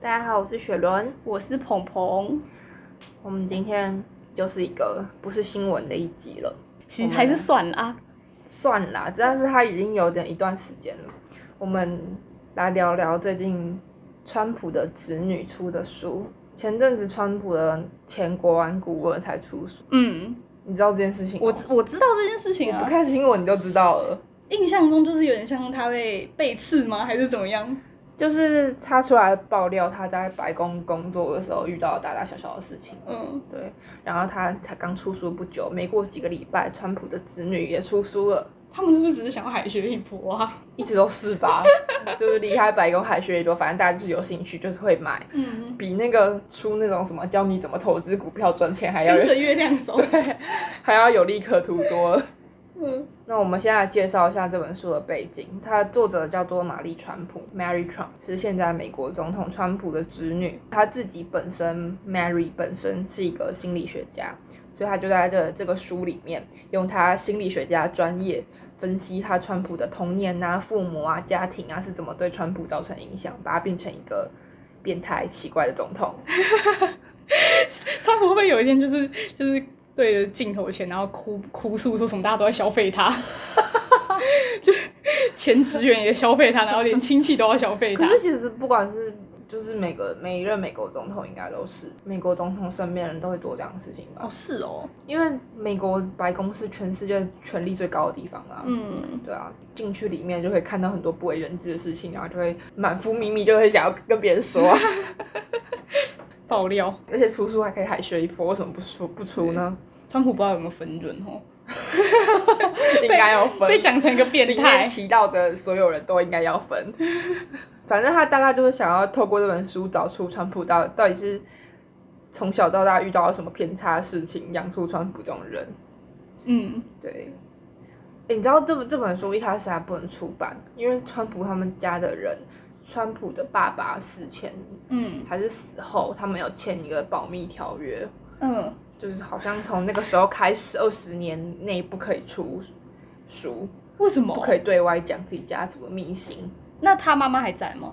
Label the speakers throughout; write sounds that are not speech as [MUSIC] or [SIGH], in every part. Speaker 1: 大家好，我是雪伦。
Speaker 2: 我是鹏鹏，
Speaker 1: 我们今天就是一个不是新闻的一集了，
Speaker 2: 其实还是算了啊。
Speaker 1: 算啦，但是它已经有点一段时间了。我们来聊聊最近川普的侄女出的书。前阵子川普的前国安顾问才出书，
Speaker 2: 嗯，
Speaker 1: 你知道这件事情吗？
Speaker 2: 我知我知道这件事情
Speaker 1: 不
Speaker 2: 啊，
Speaker 1: 看新闻你就知道了。
Speaker 2: 印象中就是有点像他被背刺吗，还是怎么样？
Speaker 1: 就是他出来爆料他在白宫工作的时候遇到的大大小小的事情。
Speaker 2: 嗯，
Speaker 1: 对，然后他才刚出书不久，没过几个礼拜，川普的侄女也出书了，
Speaker 2: 他们是不是只是想要海学一波啊？
Speaker 1: 一直都是吧，就是离开白宫海学一波，反正大家就是有兴趣，就是会买，
Speaker 2: 嗯，
Speaker 1: 比那个出那种什么教你怎么投资股票赚钱还要
Speaker 2: 跟着月亮 [LAUGHS] 走。
Speaker 1: 还要有利可图多了。
Speaker 2: 嗯，
Speaker 1: 那我们先来介绍一下这本书的背景，它作者叫做玛丽·川普 （Mary Trump），是现在美国总统川普的侄女。她自己本身 Mary 本身是一个心理学家，所以她就在这这个书里面用她心理学家专业分析她川普的童年啊、父母啊、家庭啊是怎么对川普造成影响，把他变成一个变态奇怪的总统。
Speaker 2: 川普会不会有一天就是就是对着镜头前，然后哭哭诉说什么大家都在消费他， [LAUGHS] 就是前职员也消费他，然后连亲戚都要消费
Speaker 1: 可
Speaker 2: 他。
Speaker 1: 是其实不管是就是每个每一任美国总统应该都是美国总统身边人都会做这样的事情吧
Speaker 2: 哦，？是哦，
Speaker 1: 因为美国白宫是全世界权力最高的地方啊。
Speaker 2: 嗯，
Speaker 1: 对啊，进去里面就会看到很多不为人知的事情，然后就会满腹秘密，就会想要跟别人说、
Speaker 2: [LAUGHS]
Speaker 1: 啊。
Speaker 2: 爆料，
Speaker 1: 而且出书还可以海削一波，为什么不出不出呢？
Speaker 2: 川普不知道有没有分润哦，
Speaker 1: 应该要分。
Speaker 2: [LAUGHS] 被讲成一个变
Speaker 1: 里
Speaker 2: 态
Speaker 1: 面。提到的所有人都应该要分。 [LAUGHS] 反正他大概就是想要透过这本书找出川普到到底是从小到大遇到了什么偏差的事情，养出川普这种人。
Speaker 2: 嗯，
Speaker 1: 对，诶你知道这本这本书一开始还不能出版，因为川普他们家的人，川普的爸爸死前
Speaker 2: 嗯
Speaker 1: 还是死后，他们有签一个保密条约，
Speaker 2: 嗯，
Speaker 1: 就是好像从那个时候开始，二十年内不可以出书，
Speaker 2: 为什么
Speaker 1: 不？可以对外讲自己家族的秘辛。
Speaker 2: 那他妈妈还在吗？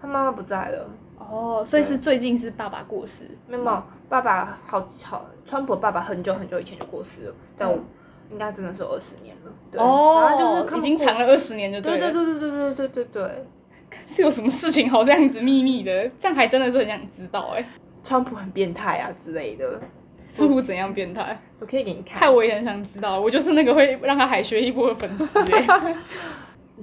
Speaker 1: 他妈妈不在了，
Speaker 2: 哦，所以
Speaker 1: 对
Speaker 2: 是最近是爸爸过世。
Speaker 1: 没有没
Speaker 2: 嗯
Speaker 1: 有，爸爸好好，川普爸爸很久很久以前就过世了，但我、
Speaker 2: 嗯
Speaker 1: 应该真的是二十年了。对，然后就是
Speaker 2: 哦，
Speaker 1: 看
Speaker 2: 已经
Speaker 1: 过
Speaker 2: 藏了二十年就
Speaker 1: 对对
Speaker 2: 了。
Speaker 1: 对对对对对对对，
Speaker 2: 是有什么事情好这样子秘密的？这样还真的是很想知道哎、
Speaker 1: 川普很变态啊之类的，
Speaker 2: 川普怎样变态？
Speaker 1: 我可以给你看。
Speaker 2: 害我也很想知道，我就是那个会让他海学一波的粉丝哎、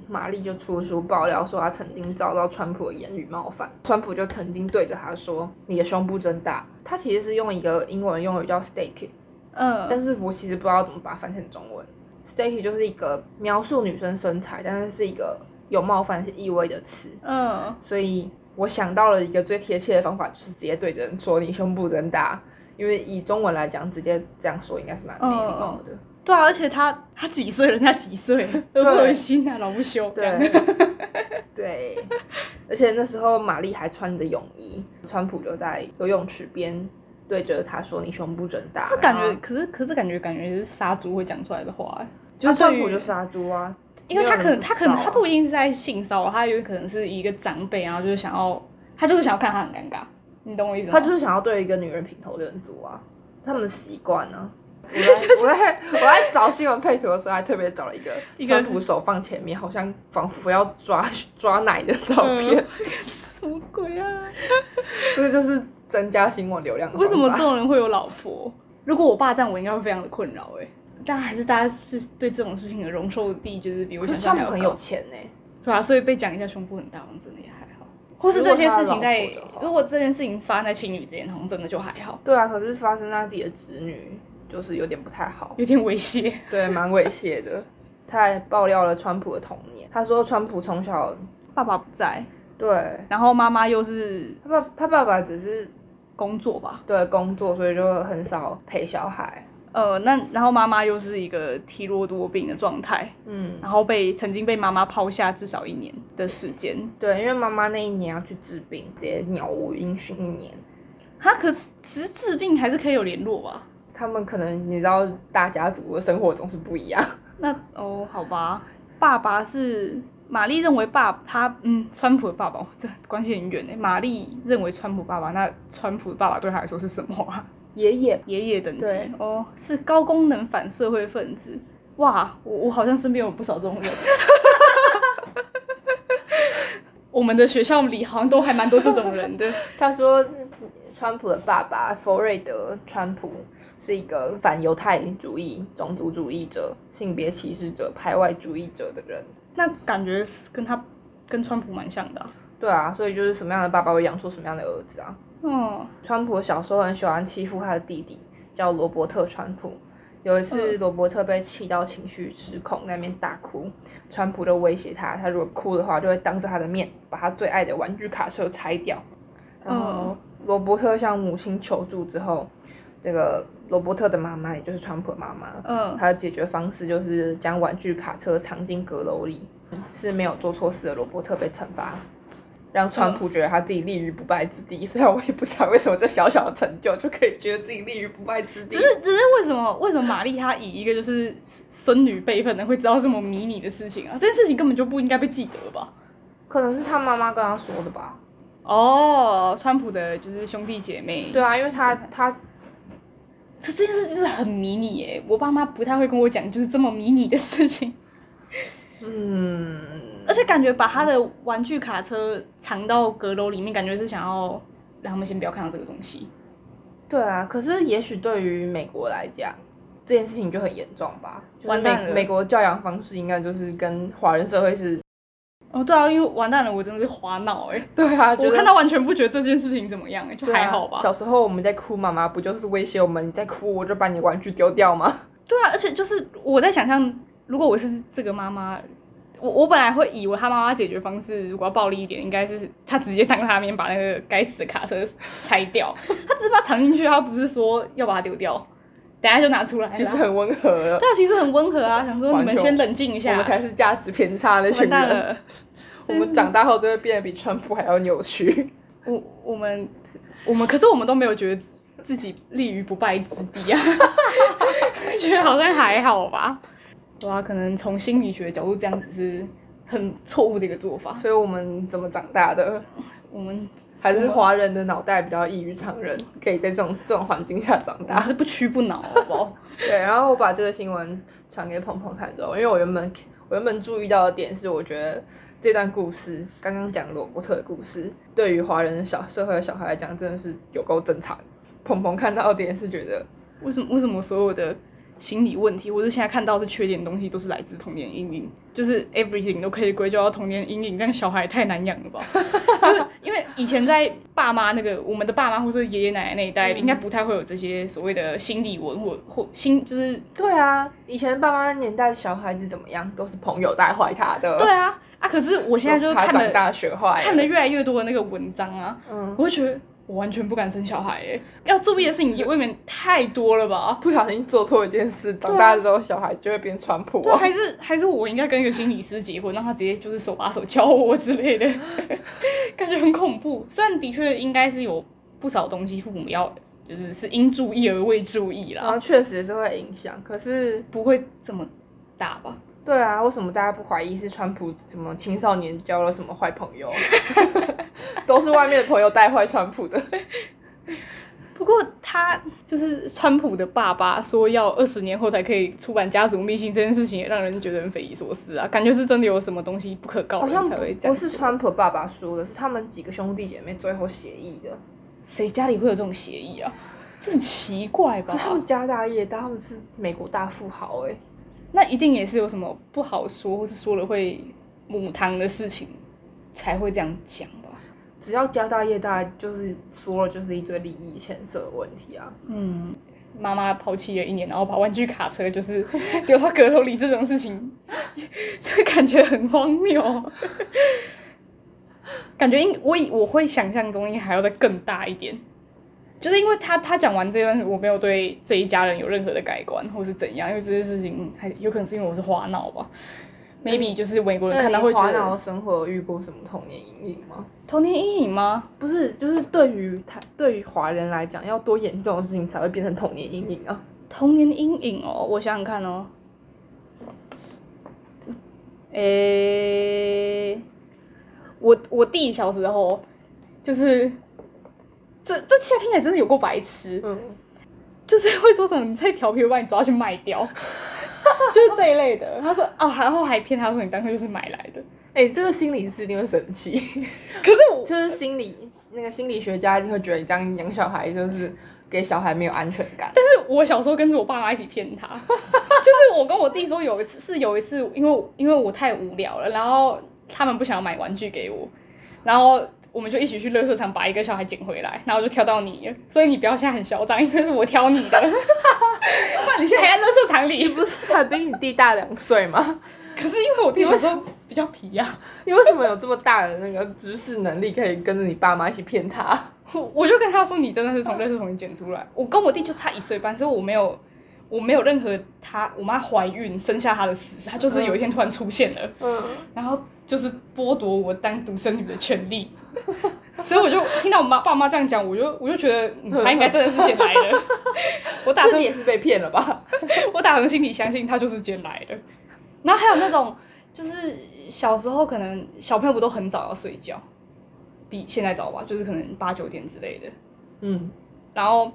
Speaker 1: 玛丽就出书爆料说，她曾经遭到川普的言语冒犯，川普就曾经对着她说：“你的胸部真大。”他其实是用一个英文用语叫 “steak”，但
Speaker 2: [LAUGHS] 嗯，
Speaker 1: 是我其实不知道怎么把它翻成中文。“steak” 就是一个描述女生身材，但是是一个有冒犯是意味的词。
Speaker 2: 嗯，
Speaker 1: 所以我想到了一个最贴切的方法，就是直接对着人说你胸部真大，因为以中文来讲，直接这样说应该是蛮没礼貌的。
Speaker 2: 对啊，而且他他几岁，人家几岁， [LAUGHS] 恶不恶心啊，老不休。这样，
Speaker 1: [LAUGHS] 对，对，而且那时候玛丽还穿着泳衣，川普就在游泳池边对着她说你胸部真大，
Speaker 2: 这感
Speaker 1: 然
Speaker 2: 觉
Speaker 1: 后
Speaker 2: 可是可是感觉感觉是杀猪会讲出来的话、欸。
Speaker 1: 就是啊川
Speaker 2: 对
Speaker 1: 普
Speaker 2: 于
Speaker 1: 就是杀猪啊，
Speaker 2: 因为他可
Speaker 1: 没有人
Speaker 2: 能他
Speaker 1: 知
Speaker 2: 可
Speaker 1: 道啊
Speaker 2: 能他不一定是在性骚扰，他有可能是一个长辈，然后就是想要他就是想要看他很尴尬，你懂我意思吗？
Speaker 1: 他就是想要对一个啊女人评头论足啊，他们的习惯呢。我 [LAUGHS] 在我在我在找新闻配图的时候，还特别找了一个
Speaker 2: 一个
Speaker 1: 川普手放前面，好像仿佛要抓抓奶的照片，
Speaker 2: 什么鬼啊？
Speaker 1: 这个就是增加新闻流量的方
Speaker 2: 为
Speaker 1: 法。
Speaker 2: 什么这种人会有老婆？如果我爸这样，我应该会非常的困扰哎、但还是大家是对这种事情的容受力，就是比我
Speaker 1: 可
Speaker 2: 想
Speaker 1: 是
Speaker 2: 象
Speaker 1: 川
Speaker 2: 还要
Speaker 1: 普
Speaker 2: 高
Speaker 1: 很有钱呢、
Speaker 2: 对啊，所以被讲一下胸部很大，好像真的也还好。或是这些事情在
Speaker 1: 如果他有老婆的，话
Speaker 2: 如果这件事情发生在情侣之间，好像真的就还好，
Speaker 1: 对啊，可是发生在自己的侄女，就是有点不太 [LAUGHS] 好。
Speaker 2: 有点猥亵。
Speaker 1: 对，蛮猥亵的。他还爆料了川普的童年，他说川普从小
Speaker 2: 爸爸不在，
Speaker 1: 对
Speaker 2: 然后妈妈又是
Speaker 1: 他爸他爸爸只是
Speaker 2: 工作吧，
Speaker 1: 对工作，所以就很少陪小孩。
Speaker 2: 呃，那然后妈妈又是一个体弱多病的状态，
Speaker 1: 嗯，
Speaker 2: 然后被曾经被妈妈抛下至少一年的时间。
Speaker 1: 对，因为妈妈那一年要去治病，直接杳无音讯一年。
Speaker 2: 他可是其实治病还是可以有联络啊吧？
Speaker 1: 他们可能你知道，大家族的生活总是不一样。
Speaker 2: 那哦，好吧，爸爸是玛丽认为爸他嗯，川普的爸爸，哦这关系很远诶。玛丽认为川普爸爸，那川普的爸爸对他来说是什么啊？
Speaker 1: 爷爷
Speaker 2: 爷爷等级
Speaker 1: 对
Speaker 2: 哦，是高功能反社会分子。哇，我我好像身边有不少这种人。 [LAUGHS] 我们的学校里好像都还蛮多这种人 [LAUGHS] 的。
Speaker 1: 他说，川普的爸爸弗瑞德·川普是一个反犹太主义、种族主义者、性别歧视者、排外主义者的人。
Speaker 2: 那感觉是跟他跟川普蛮像的啊、
Speaker 1: 对啊，所以就是什么样的爸爸会养出什么样的儿子啊。
Speaker 2: 嗯，
Speaker 1: 川普小时候很喜欢欺负他的弟弟，叫罗伯特·川普。有一次，罗伯特被气到情绪失控，在那边大哭。川普就威胁他，他如果哭的话，就会当着他的面把他最爱的玩具卡车拆掉。然后
Speaker 2: 嗯，
Speaker 1: 罗伯特向母亲求助之后，这个罗伯特的妈妈，也就是川普的妈妈，
Speaker 2: 嗯，
Speaker 1: 他的解决方式就是将玩具卡车藏进阁楼里，是没有做错事的罗伯特被惩罚，让川普觉得他自己立于不败之地。 [LAUGHS] 虽然我也不知道为什么这小小的成就就可以觉得自己立于不败之地
Speaker 2: 只，是只是为什么为什么玛丽她以一个就是孙女辈分的会知道这么迷你的事情啊？这件事情根本就不应该被记得吧？
Speaker 1: 可能是他妈妈跟他说的吧。
Speaker 2: 哦，川普的就是兄弟姐妹，
Speaker 1: 对，啊，因为他他
Speaker 2: 这这件事真的很迷你耶、我爸妈不太会跟我讲就是这么迷你的事 [LAUGHS] 情，
Speaker 1: 嗯，
Speaker 2: 而且感觉把他的玩具卡车藏到阁楼里面，感觉是想要让他们先不要看到这个东西。
Speaker 1: 对啊，可是也许对于美国来讲。这件事情就很严重吧，就是
Speaker 2: 完蛋
Speaker 1: 美
Speaker 2: 了
Speaker 1: 美国教养方式应该就是跟华人社会是，
Speaker 2: 哦，对啊，因为完蛋了，我真的是滑脑哎、
Speaker 1: 对啊，就
Speaker 2: 我
Speaker 1: 是
Speaker 2: 看到完全不觉得这件事情怎么样、欸，就
Speaker 1: 对啊
Speaker 2: 还好吧。
Speaker 1: 小时候我们在哭，妈妈不就是威胁我们，你再哭我就把你的玩具丢掉吗？
Speaker 2: 对啊，而且就是我在想象，如果我是这个妈妈，我我本来会以为她妈妈解决方式，如果要暴力一点，应该是她直接当着她面把那个该死的卡车拆
Speaker 1: [LAUGHS]
Speaker 2: 掉，她只是把它藏进去，她不是说要把它丢掉，等下就拿出来啦。
Speaker 1: 其实很温和了，
Speaker 2: 但其实很温和啊，想说你
Speaker 1: 完全
Speaker 2: 们先冷静一
Speaker 1: 我
Speaker 2: 下
Speaker 1: 们，才是价值偏差的那群
Speaker 2: 完蛋
Speaker 1: 人。
Speaker 2: 了，
Speaker 1: 我们长大后就会变得比川普还要扭
Speaker 2: [LAUGHS]
Speaker 1: 曲。
Speaker 2: 我我们我们可是我们都没有觉得自己立于不败之地 [LAUGHS] 啊，觉得好像还好吧。对啊，可能从心理学的角度，这样子是很错误的一个做法。
Speaker 1: 所以我们怎么长大的？
Speaker 2: 我们
Speaker 1: 还是华人的脑袋比较异于常人，可以在这种这种环境下长
Speaker 2: 我们
Speaker 1: 大。
Speaker 2: 是不屈不挠，好不好？
Speaker 1: 对，然后我把这个新闻传给鹏鹏看之后，因为我原本我原本注意到的点是，我觉得这段故事刚刚讲罗伯特的故事，对于华人的小社会的小孩来讲，真的是有够正常。鹏鹏看到的点是觉得，
Speaker 2: 为什么为什么所有的心理问题，或者现在看到的缺点的东西，都是来自童年阴影？就是 everything 都可以归咎到童年阴影，但小孩太难养了吧？ [LAUGHS] 就是因为以前在爸妈那个我们的爸妈或者爷爷奶奶那一代，
Speaker 1: 嗯
Speaker 2: 应该不太会有这些所谓的心理文或或心就是
Speaker 1: 对啊，以前爸妈年代小孩子怎么样，都是朋友带坏他的，
Speaker 2: 对，啊啊！可是我现在就
Speaker 1: 呃
Speaker 2: 是
Speaker 1: 他
Speaker 2: 看
Speaker 1: 长
Speaker 2: 了
Speaker 1: 大学坏了，
Speaker 2: 看了越来越多的那个文章啊，
Speaker 1: 嗯，
Speaker 2: 我会觉得我完全不敢生小孩耶、要注意的事情也未免太多了吧？
Speaker 1: 不小心做错一件事，长
Speaker 2: 对啊
Speaker 1: 大之后小孩就会变川普、
Speaker 2: 对，啊
Speaker 1: 哦。
Speaker 2: 还是还是我应该跟一个心理师结婚，让他直接就是手把手教我之类的， [LAUGHS] 感觉很恐怖。虽然的确应该是有不少东西父母要就是是因注意而未注意
Speaker 1: 然
Speaker 2: 啦，
Speaker 1: 后确实是会影响，可是
Speaker 2: 不会这么大吧？
Speaker 1: 对啊，为什么大家不怀疑是川普什么青少年交了什么坏朋友？ [LAUGHS] 都是外面的朋友带坏川普的。
Speaker 2: 不过他就是川普的爸爸说要二十年后才可以出版家族秘辛这件事情，也让人觉得很匪夷所思啊，感觉是真的有什么东西不可告
Speaker 1: 好
Speaker 2: 人
Speaker 1: 像
Speaker 2: 才会
Speaker 1: 不
Speaker 2: 这样
Speaker 1: 不。是川普爸爸说的，是他们几个兄弟姐妹最后协议的。
Speaker 2: 谁家里会有这种协议啊？这很奇怪吧？
Speaker 1: 可是他们家大业大，他们是美国大富豪哎、
Speaker 2: 那一定也是有什么不好说，或是说了会母汤的事情，才会这样讲吧？
Speaker 1: 只要家大业大，就是说了就是一堆利益牵涉的问题啊。
Speaker 2: 嗯，妈妈抛弃了一年，然后把玩具卡车就是 [LAUGHS] 丢到阁楼里这种事情， [LAUGHS] 这感觉很荒谬。 [LAUGHS] 感觉应我以我会想象中应该还要再更大一点，就是因为他他讲完这段，我没有对这一家人有任何的改观，或是怎样，因为这件事情还有可能是因为我是花脑吧，maybe 就是美国人
Speaker 1: 嗯那
Speaker 2: 看
Speaker 1: 你
Speaker 2: 到会觉
Speaker 1: 华
Speaker 2: 得
Speaker 1: 脑生活有遇过什么童年阴影吗？
Speaker 2: 童年阴影吗？
Speaker 1: 不是，就是对于他对于华人来讲，要多严重的事情才会变成童年阴影啊？
Speaker 2: 童年阴影哦，我想想看哦。诶、我我弟小时候就是，这这现在听起来真的有够白痴，
Speaker 1: 嗯，
Speaker 2: 就是会说什么你在调皮，我把你抓去卖 [LAUGHS] 掉，就是这一类的。他说哦，然后还骗他说你当初就是买来的，
Speaker 1: 哎、这个心理师一定会生气， [LAUGHS]
Speaker 2: 可是我
Speaker 1: 就是心理那个心理学家一定会觉得你这样养小孩就是给小孩没有安全感。
Speaker 2: 但是我小时候跟着我爸妈一起骗他， [LAUGHS] 就是我跟我弟说有一次是有一次，因为我因为我太无聊了，然后他们不想买玩具给我，然后我们就一起去乐色场把一个小孩捡回来，然后就挑到你了，所以你不要现在很嚣张，因为是我挑你的，不然你现在还在乐色场
Speaker 1: 你
Speaker 2: 里。
Speaker 1: 不是才比你弟大两岁吗？
Speaker 2: 可是因为我弟小时候比较皮啊呀、
Speaker 1: 你为什么有这么大的那个知识能力，可以跟着你爸妈一起骗他？
Speaker 2: 我我就跟他说你真的是从乐色桶里捡出来，我跟我弟就差一岁半，所以我没有。我没有任何他，我妈怀孕生下他的事，他就是有一天突然出现了，
Speaker 1: 嗯，
Speaker 2: 然后就是剥夺我当独生女的权利。所以我就听到我妈爸妈这样讲，我就我就觉得、嗯、他应该真的是捡
Speaker 1: [LAUGHS]
Speaker 2: 来的。我打
Speaker 1: 这你
Speaker 2: 从
Speaker 1: 也是被骗了吧？
Speaker 2: [LAUGHS] 我打从心里相信他就是捡来的。然后还有那种就是小时候可能小朋友不都很早要睡觉，比现在早吧，就是可能八九点之类的。
Speaker 1: 嗯，
Speaker 2: 然后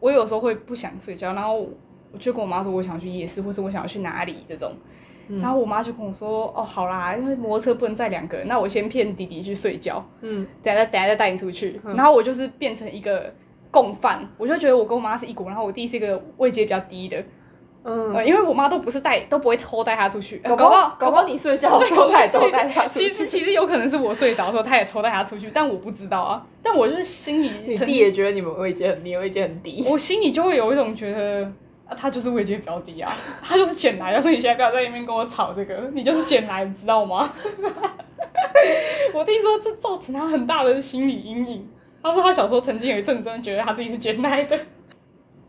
Speaker 2: 我有时候会不想睡觉，然后我就跟我妈说我想去夜市，或是我想要去哪里这种。
Speaker 1: 嗯
Speaker 2: 然后我妈就跟我说：“哦，好啦，因为摩托车不能载两个人，那我先骗弟弟去睡觉，
Speaker 1: 嗯
Speaker 2: 等下再等下再带你出去。
Speaker 1: 嗯
Speaker 2: 然后我就是变成一个共犯，我就觉得我跟我妈是一股，然后我弟是一个位阶比较低的，呃，
Speaker 1: 嗯，
Speaker 2: 因为我妈都不是带，都不会偷带他出去，呃
Speaker 1: 搞不好搞不好你睡觉的时候他也都带他出
Speaker 2: 其实
Speaker 1: 去。
Speaker 2: 其实有可能是我睡着的时候，他也偷带他出去，但我不知道啊。但我就是心里
Speaker 1: 你
Speaker 2: 曾
Speaker 1: 弟也觉得你们位阶很低，位阶很低。
Speaker 2: 我心里就会有一种觉得，啊，他就是位阶比较低啊，他就是捡来的，所以你现在不要在那边跟我吵这个，你就是捡来，你知道吗？ [LAUGHS] 我弟说这造成他很大的心理阴影。他说他小时候曾经有一阵子真的觉得他自己是捡来的，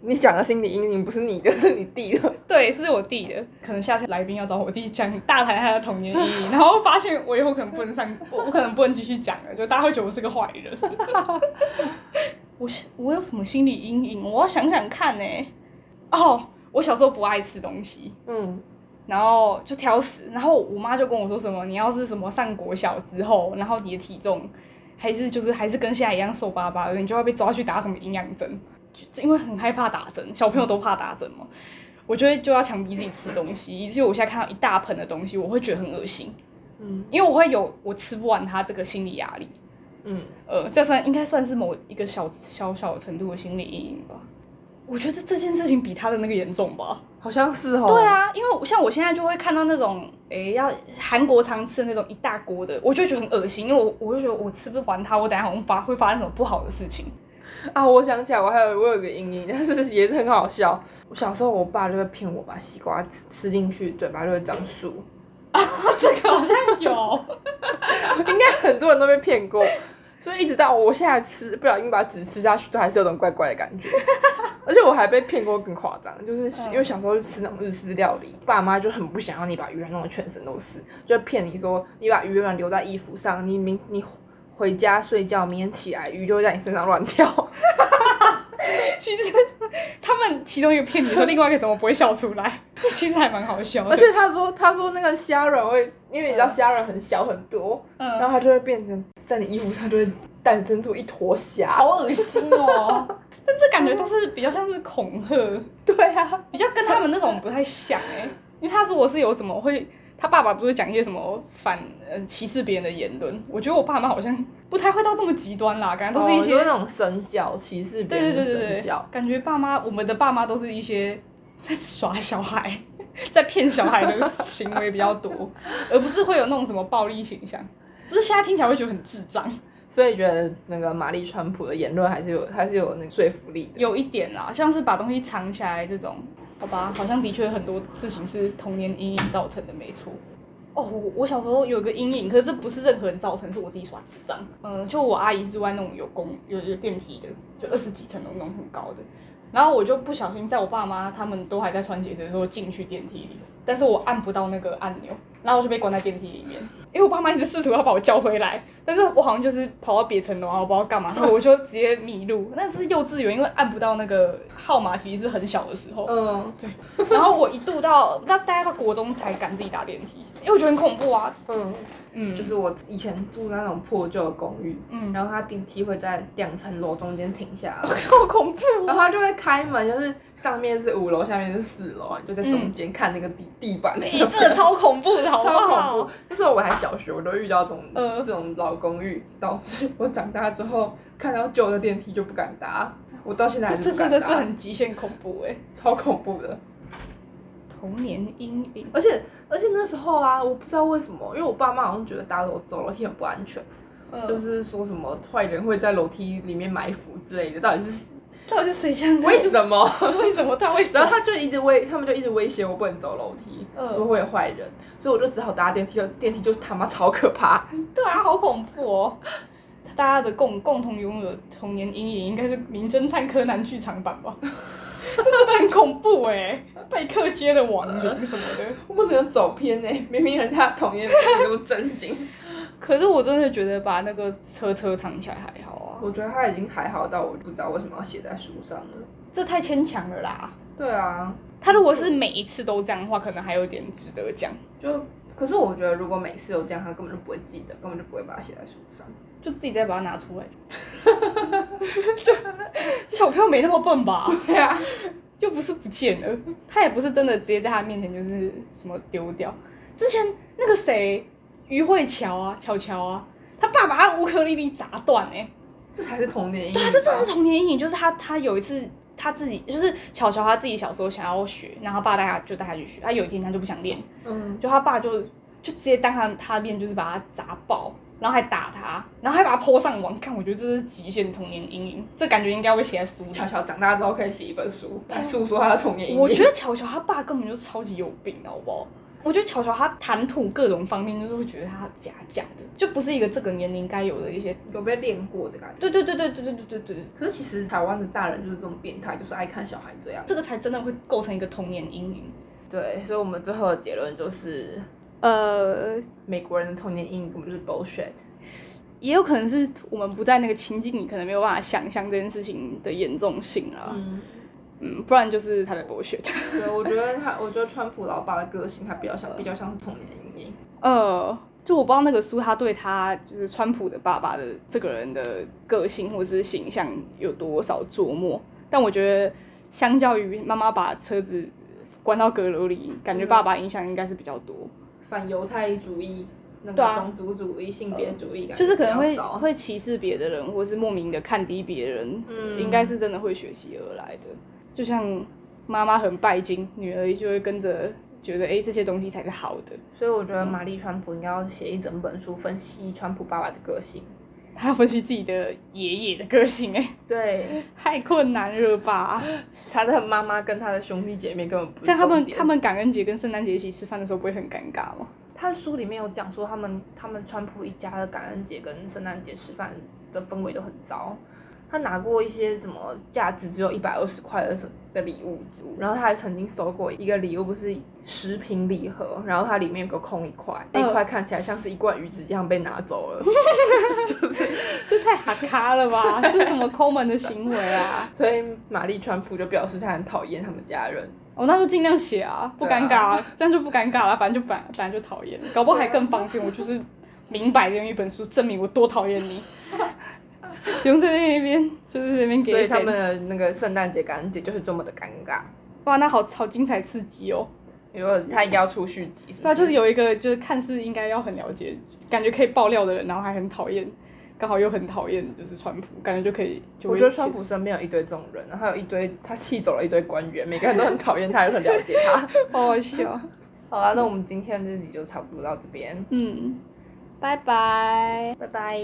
Speaker 1: 你讲的心理阴影不是你的，是你弟的。
Speaker 2: 对，是我弟的。可能下次来宾要找我弟讲大谈他的童年阴影，然后发现我以后可能不能上，我我可能不能继续讲了，就大家会觉得我是个坏人。 [LAUGHS] 我是我有什么心理阴影？我要想想看呢、哦，我小时候不爱吃东西，
Speaker 1: 嗯
Speaker 2: 然后就挑食，然后我妈就跟我说什么，你要是什么上国小之后，然后你的体重还是就是还是跟现在一样瘦巴巴的，你就要被抓去打什么营养针，就因为很害怕打针，小朋友都怕打针嘛。我就会就要强逼自己吃东西，以至于我现在看到一大盆的东西，我会觉得很恶心，
Speaker 1: 嗯
Speaker 2: 因为我会有我吃不完它这个心理压力。
Speaker 1: 嗯，
Speaker 2: 呃，这算应该算是某一个小小小程度的心理阴影吧。我觉得这件事情比他的那个严重吧。
Speaker 1: 好像是哦。
Speaker 2: 对，啊，因为我像我现在就会看到那种，诶、要韩国常吃的那种一大锅的，我就觉得很恶心，因为我我就觉得我吃不完它，我等一下好像发会发生什么不好的事情。
Speaker 1: [LAUGHS] 啊，我想起来，我还有我有一个阴影， [LAUGHS] 但是也是很好笑。我小时候，我爸就会骗我把西瓜吃吃进去，嘴巴就会长树。
Speaker 2: [LAUGHS]
Speaker 1: [LAUGHS]
Speaker 2: 这个好像有，
Speaker 1: 应该很多人都被骗过，所以一直到我现在吃，不小心把籽吃下去，都还是有种怪怪的感觉。 [LAUGHS] 而且我还被骗过更夸张，就是因为小时候就吃那种日式料理，爸妈就很不想要你把鱼卵弄得全身都是，就骗你说你把鱼卵留在衣服上，你明你回家睡觉，明天起来鱼就会在你身上乱跳。
Speaker 2: [LAUGHS] 其实他们其中一个骗你说，另外一个怎么不会笑出来？ [LAUGHS] 其实还蛮好笑的。
Speaker 1: 而且他说他说那个虾卵会，因为你知道虾卵很小很多，然后
Speaker 2: 嗯，
Speaker 1: 它就会变成在你衣服上就会诞生出一坨虾。
Speaker 2: 好恶心哦。 [LAUGHS] 但这感觉都是比较像是恐吓，
Speaker 1: [LAUGHS] 对 [LAUGHS] 啊，
Speaker 2: 比较跟他们那种不太像哎、因为他如果是有什么会，他爸爸不是讲一些什么反呃歧视别人的言论，我觉得我爸妈好像不太会到这么极端啦，感觉都是一些、
Speaker 1: 哦就是那种神教歧视别
Speaker 2: 对
Speaker 1: 人的
Speaker 2: 对对对
Speaker 1: 神
Speaker 2: 对
Speaker 1: 教，，
Speaker 2: 感觉爸妈我们的爸妈都是一些在耍小孩， [LAUGHS] 在骗小孩的行为比较多，而不是会有那种什么暴力倾向。就是现在听起来会觉得很智障，
Speaker 1: 所以觉得那个玛丽川普的言论还是有还是有那个说服力的。
Speaker 2: 有一点啦，像是把东西藏起来这种，好吧，好像的确很多事情是童年阴影造成的，没错。哦，我我小时候有一个阴影，可是这不是任何人造成，是我自己耍智障。嗯，就我阿姨是住在那种有公有有电梯的，就二十几层楼那种很高的。然后我就不小心在我爸妈他们都还在穿鞋子的时候进去电梯里，但是我按不到那个按钮，然后我就被关在电梯里面，因为我爸妈一直试图要把我叫回来，但是我好像就是跑到别层楼，然后我不知道干嘛，然后我就直接迷路。那是幼稚园，因为按不到那个号码，其实是很小的时 [LAUGHS] 候，
Speaker 1: 嗯，
Speaker 2: 然后我一度到那大概到国中才敢自己搭电梯，因为我觉得很恐怖啊。
Speaker 1: 嗯，
Speaker 2: 嗯， [LAUGHS]
Speaker 1: 就是我以前住那种破旧的公寓，
Speaker 2: 嗯，
Speaker 1: 然后它电梯会在两层楼中间停下 [LAUGHS] 来，
Speaker 2: 好恐怖
Speaker 1: 然后它就会开门，就是上面是五楼，下面是四楼，你就在中间看那个地地板。
Speaker 2: 哎、这个 [LAUGHS] 超恐怖的，好不
Speaker 1: 超
Speaker 2: 好？
Speaker 1: 恐怖！那时候我还小学，我都遇到这种、
Speaker 2: 呃
Speaker 1: 这种老公寓，导致我长大之后看到旧的电梯就不敢搭，我到现在还
Speaker 2: 这
Speaker 1: 是
Speaker 2: 这
Speaker 1: 不
Speaker 2: 真
Speaker 1: 敢
Speaker 2: 的是
Speaker 1: 搭，
Speaker 2: 很极限恐怖哎、
Speaker 1: 超恐怖的。
Speaker 2: 童年阴影。
Speaker 1: 而且而且那时候啊，我不知道为什么，因为我爸妈好像觉得搭楼走楼梯很不安全，
Speaker 2: 呃
Speaker 1: 就是说什么坏人会在楼梯里面埋伏之类的，到底
Speaker 2: [LAUGHS]
Speaker 1: 是
Speaker 2: 到底是谁想
Speaker 1: 为什
Speaker 2: [LAUGHS]
Speaker 1: 么？
Speaker 2: 么？为什么？到底为什
Speaker 1: 然后
Speaker 2: 么？
Speaker 1: 他就一直威，他们就一直威胁我不能走楼梯，
Speaker 2: 嗯
Speaker 1: 说会有坏人，所以我就只好搭电梯，电梯就是他妈超可怕。
Speaker 2: 对啊，好恐怖哦！大家的共共同拥有的童年阴影应该是《名侦探柯南》剧场版吧？ [LAUGHS] 那真的很恐怖哎、贝克街的亡灵什么的。
Speaker 1: 我只能走偏呢、欸 [LAUGHS] 明明人家童年那么正经。
Speaker 2: 可是我真的觉得把那个车车藏起来还好啊，
Speaker 1: [LAUGHS] 我觉得他已经还好到我不知道为什么要写在书上了。
Speaker 2: 这太牵强了啦。
Speaker 1: 对啊，
Speaker 2: 他如果是每一次都这样的话，可能还有点值得讲。
Speaker 1: 就可是我觉得如果每次都这样，他根本就不会记得，根本就不会把它写在书上。
Speaker 2: 就自己再把它拿 [LAUGHS] 出来。就小朋友没那么笨吧？
Speaker 1: 对啊，
Speaker 2: 又不是不见了，他也不是真的直接在他面前就是什么丢掉。之前那个谁，于慧乔啊，乔乔啊，他爸把他乌克丽丽砸断哎、
Speaker 1: 这才是童年阴影吧。
Speaker 2: 对啊，这真的是童年阴影，就是他他有一次。他自己就是巧巧，他自己小时候想要学，然后他爸带他就带他去学。他有一天他就不想练，
Speaker 1: 嗯，
Speaker 2: 就他爸就就直接当他他面就是把他砸爆，然后还打他，然后还把他泼上网。看，我觉得这是极限童年阴影，这感觉应该会写在书里。
Speaker 1: 巧巧长大之后可以写一本书来诉说他的童年阴影。
Speaker 2: 我觉得巧巧她爸根本就超级有病，好不好？我觉得巧巧她谈吐各种方面，就是会觉得她假假的，就不是一个这个年龄该有的一些。
Speaker 1: [LAUGHS] 有被练过的感觉。
Speaker 2: 对对对对对对对对对，
Speaker 1: 可是其实台湾的大人就是这种变态，就是爱看小孩这样。
Speaker 2: 这个才真的会构成一个童年阴影。
Speaker 1: 对，所以我们最后的结论就是，
Speaker 2: 呃，
Speaker 1: 美国人的童年阴影根本就是 bullshit。
Speaker 2: 也有可能是我们不在那个情境里，可能没有办法想象这件事情的严重性啊。
Speaker 1: 嗯。
Speaker 2: 嗯，不然就是他在剥削。
Speaker 1: 对，我觉得他，我觉得川普老爸的个性，他比较像，比较像是童年阴影。
Speaker 2: 呃，就我不知道那个书他对他就是川普的爸爸的这个人的个性或是形象有多少琢磨，但我觉得相较于妈妈把车子关到阁楼里，感觉
Speaker 1: 嗯
Speaker 2: 爸爸影响应该是比较多，
Speaker 1: 反犹太主义、那
Speaker 2: 对
Speaker 1: 个
Speaker 2: 啊
Speaker 1: 种族主义、性别主义感觉
Speaker 2: 就是
Speaker 1: 比较
Speaker 2: 可能会
Speaker 1: 糟，
Speaker 2: 会歧视别的人，或是莫名的看低别人，
Speaker 1: 嗯
Speaker 2: 应该是真的会学习而来的。就像妈妈很拜金，女儿就会跟着觉得，哎、这些东西才是好的。
Speaker 1: 所以我觉得玛丽川普应该要写一整本书，分析川普爸爸的个性。
Speaker 2: 她要分析自己的爷爷的个性、哎，
Speaker 1: 对，
Speaker 2: 太困难了吧？
Speaker 1: 他的妈妈跟他的兄弟姐妹根本不是
Speaker 2: 在他们
Speaker 1: 重点
Speaker 2: 他们感恩节跟圣诞节一起吃饭的时候，不会很尴尬吗？
Speaker 1: 他书里面有讲说，他们他们川普一家的感恩节跟圣诞节吃饭的氛围都很糟。他拿过一些什么价值只有一百二十块的什的礼物，然后他还曾经收过一个礼物，不是食品礼盒，然后它里面有个空一块，那
Speaker 2: 嗯
Speaker 1: 一块看起来像是一罐鱼子酱被拿走
Speaker 2: [LAUGHS]
Speaker 1: 了，就是
Speaker 2: 这太哈咖了
Speaker 1: [LAUGHS]
Speaker 2: 吧？这是什么抠门的行为啊？
Speaker 1: 所以玛丽川普就表示他很讨厌他们家人，
Speaker 2: 我、哦那就尽量写啊，不尴尬、这样就不尴尬了，反正就本本来就讨厌，搞不好还更方便。我就是明摆着用一本书证明我多讨
Speaker 1: [LAUGHS]
Speaker 2: 厌你，不用在那边就是在那边给
Speaker 1: 所以他
Speaker 2: 谁
Speaker 1: 们的那个圣诞节、感恩节就是这么的尴尬。
Speaker 2: 哇，那好好精彩刺激哦！
Speaker 1: 如果他应该要出续集，是不
Speaker 2: 对啊，就是
Speaker 1: 是
Speaker 2: 有一个就是看似应该要很了解，感觉可以爆料的人，然后还很讨厌，刚好又很讨厌就是川普，感觉就可以就
Speaker 1: 我
Speaker 2: 会
Speaker 1: 觉得川
Speaker 2: 写
Speaker 1: 普身边有一堆这种人，然后还有一堆他气走了一堆官员，每个人都很讨厌他，又很了解他。
Speaker 2: 好 [LAUGHS] 好啊笑。
Speaker 1: 好啦，那我们今天这集就差不多到这边，
Speaker 2: 嗯，拜拜。
Speaker 1: 拜拜。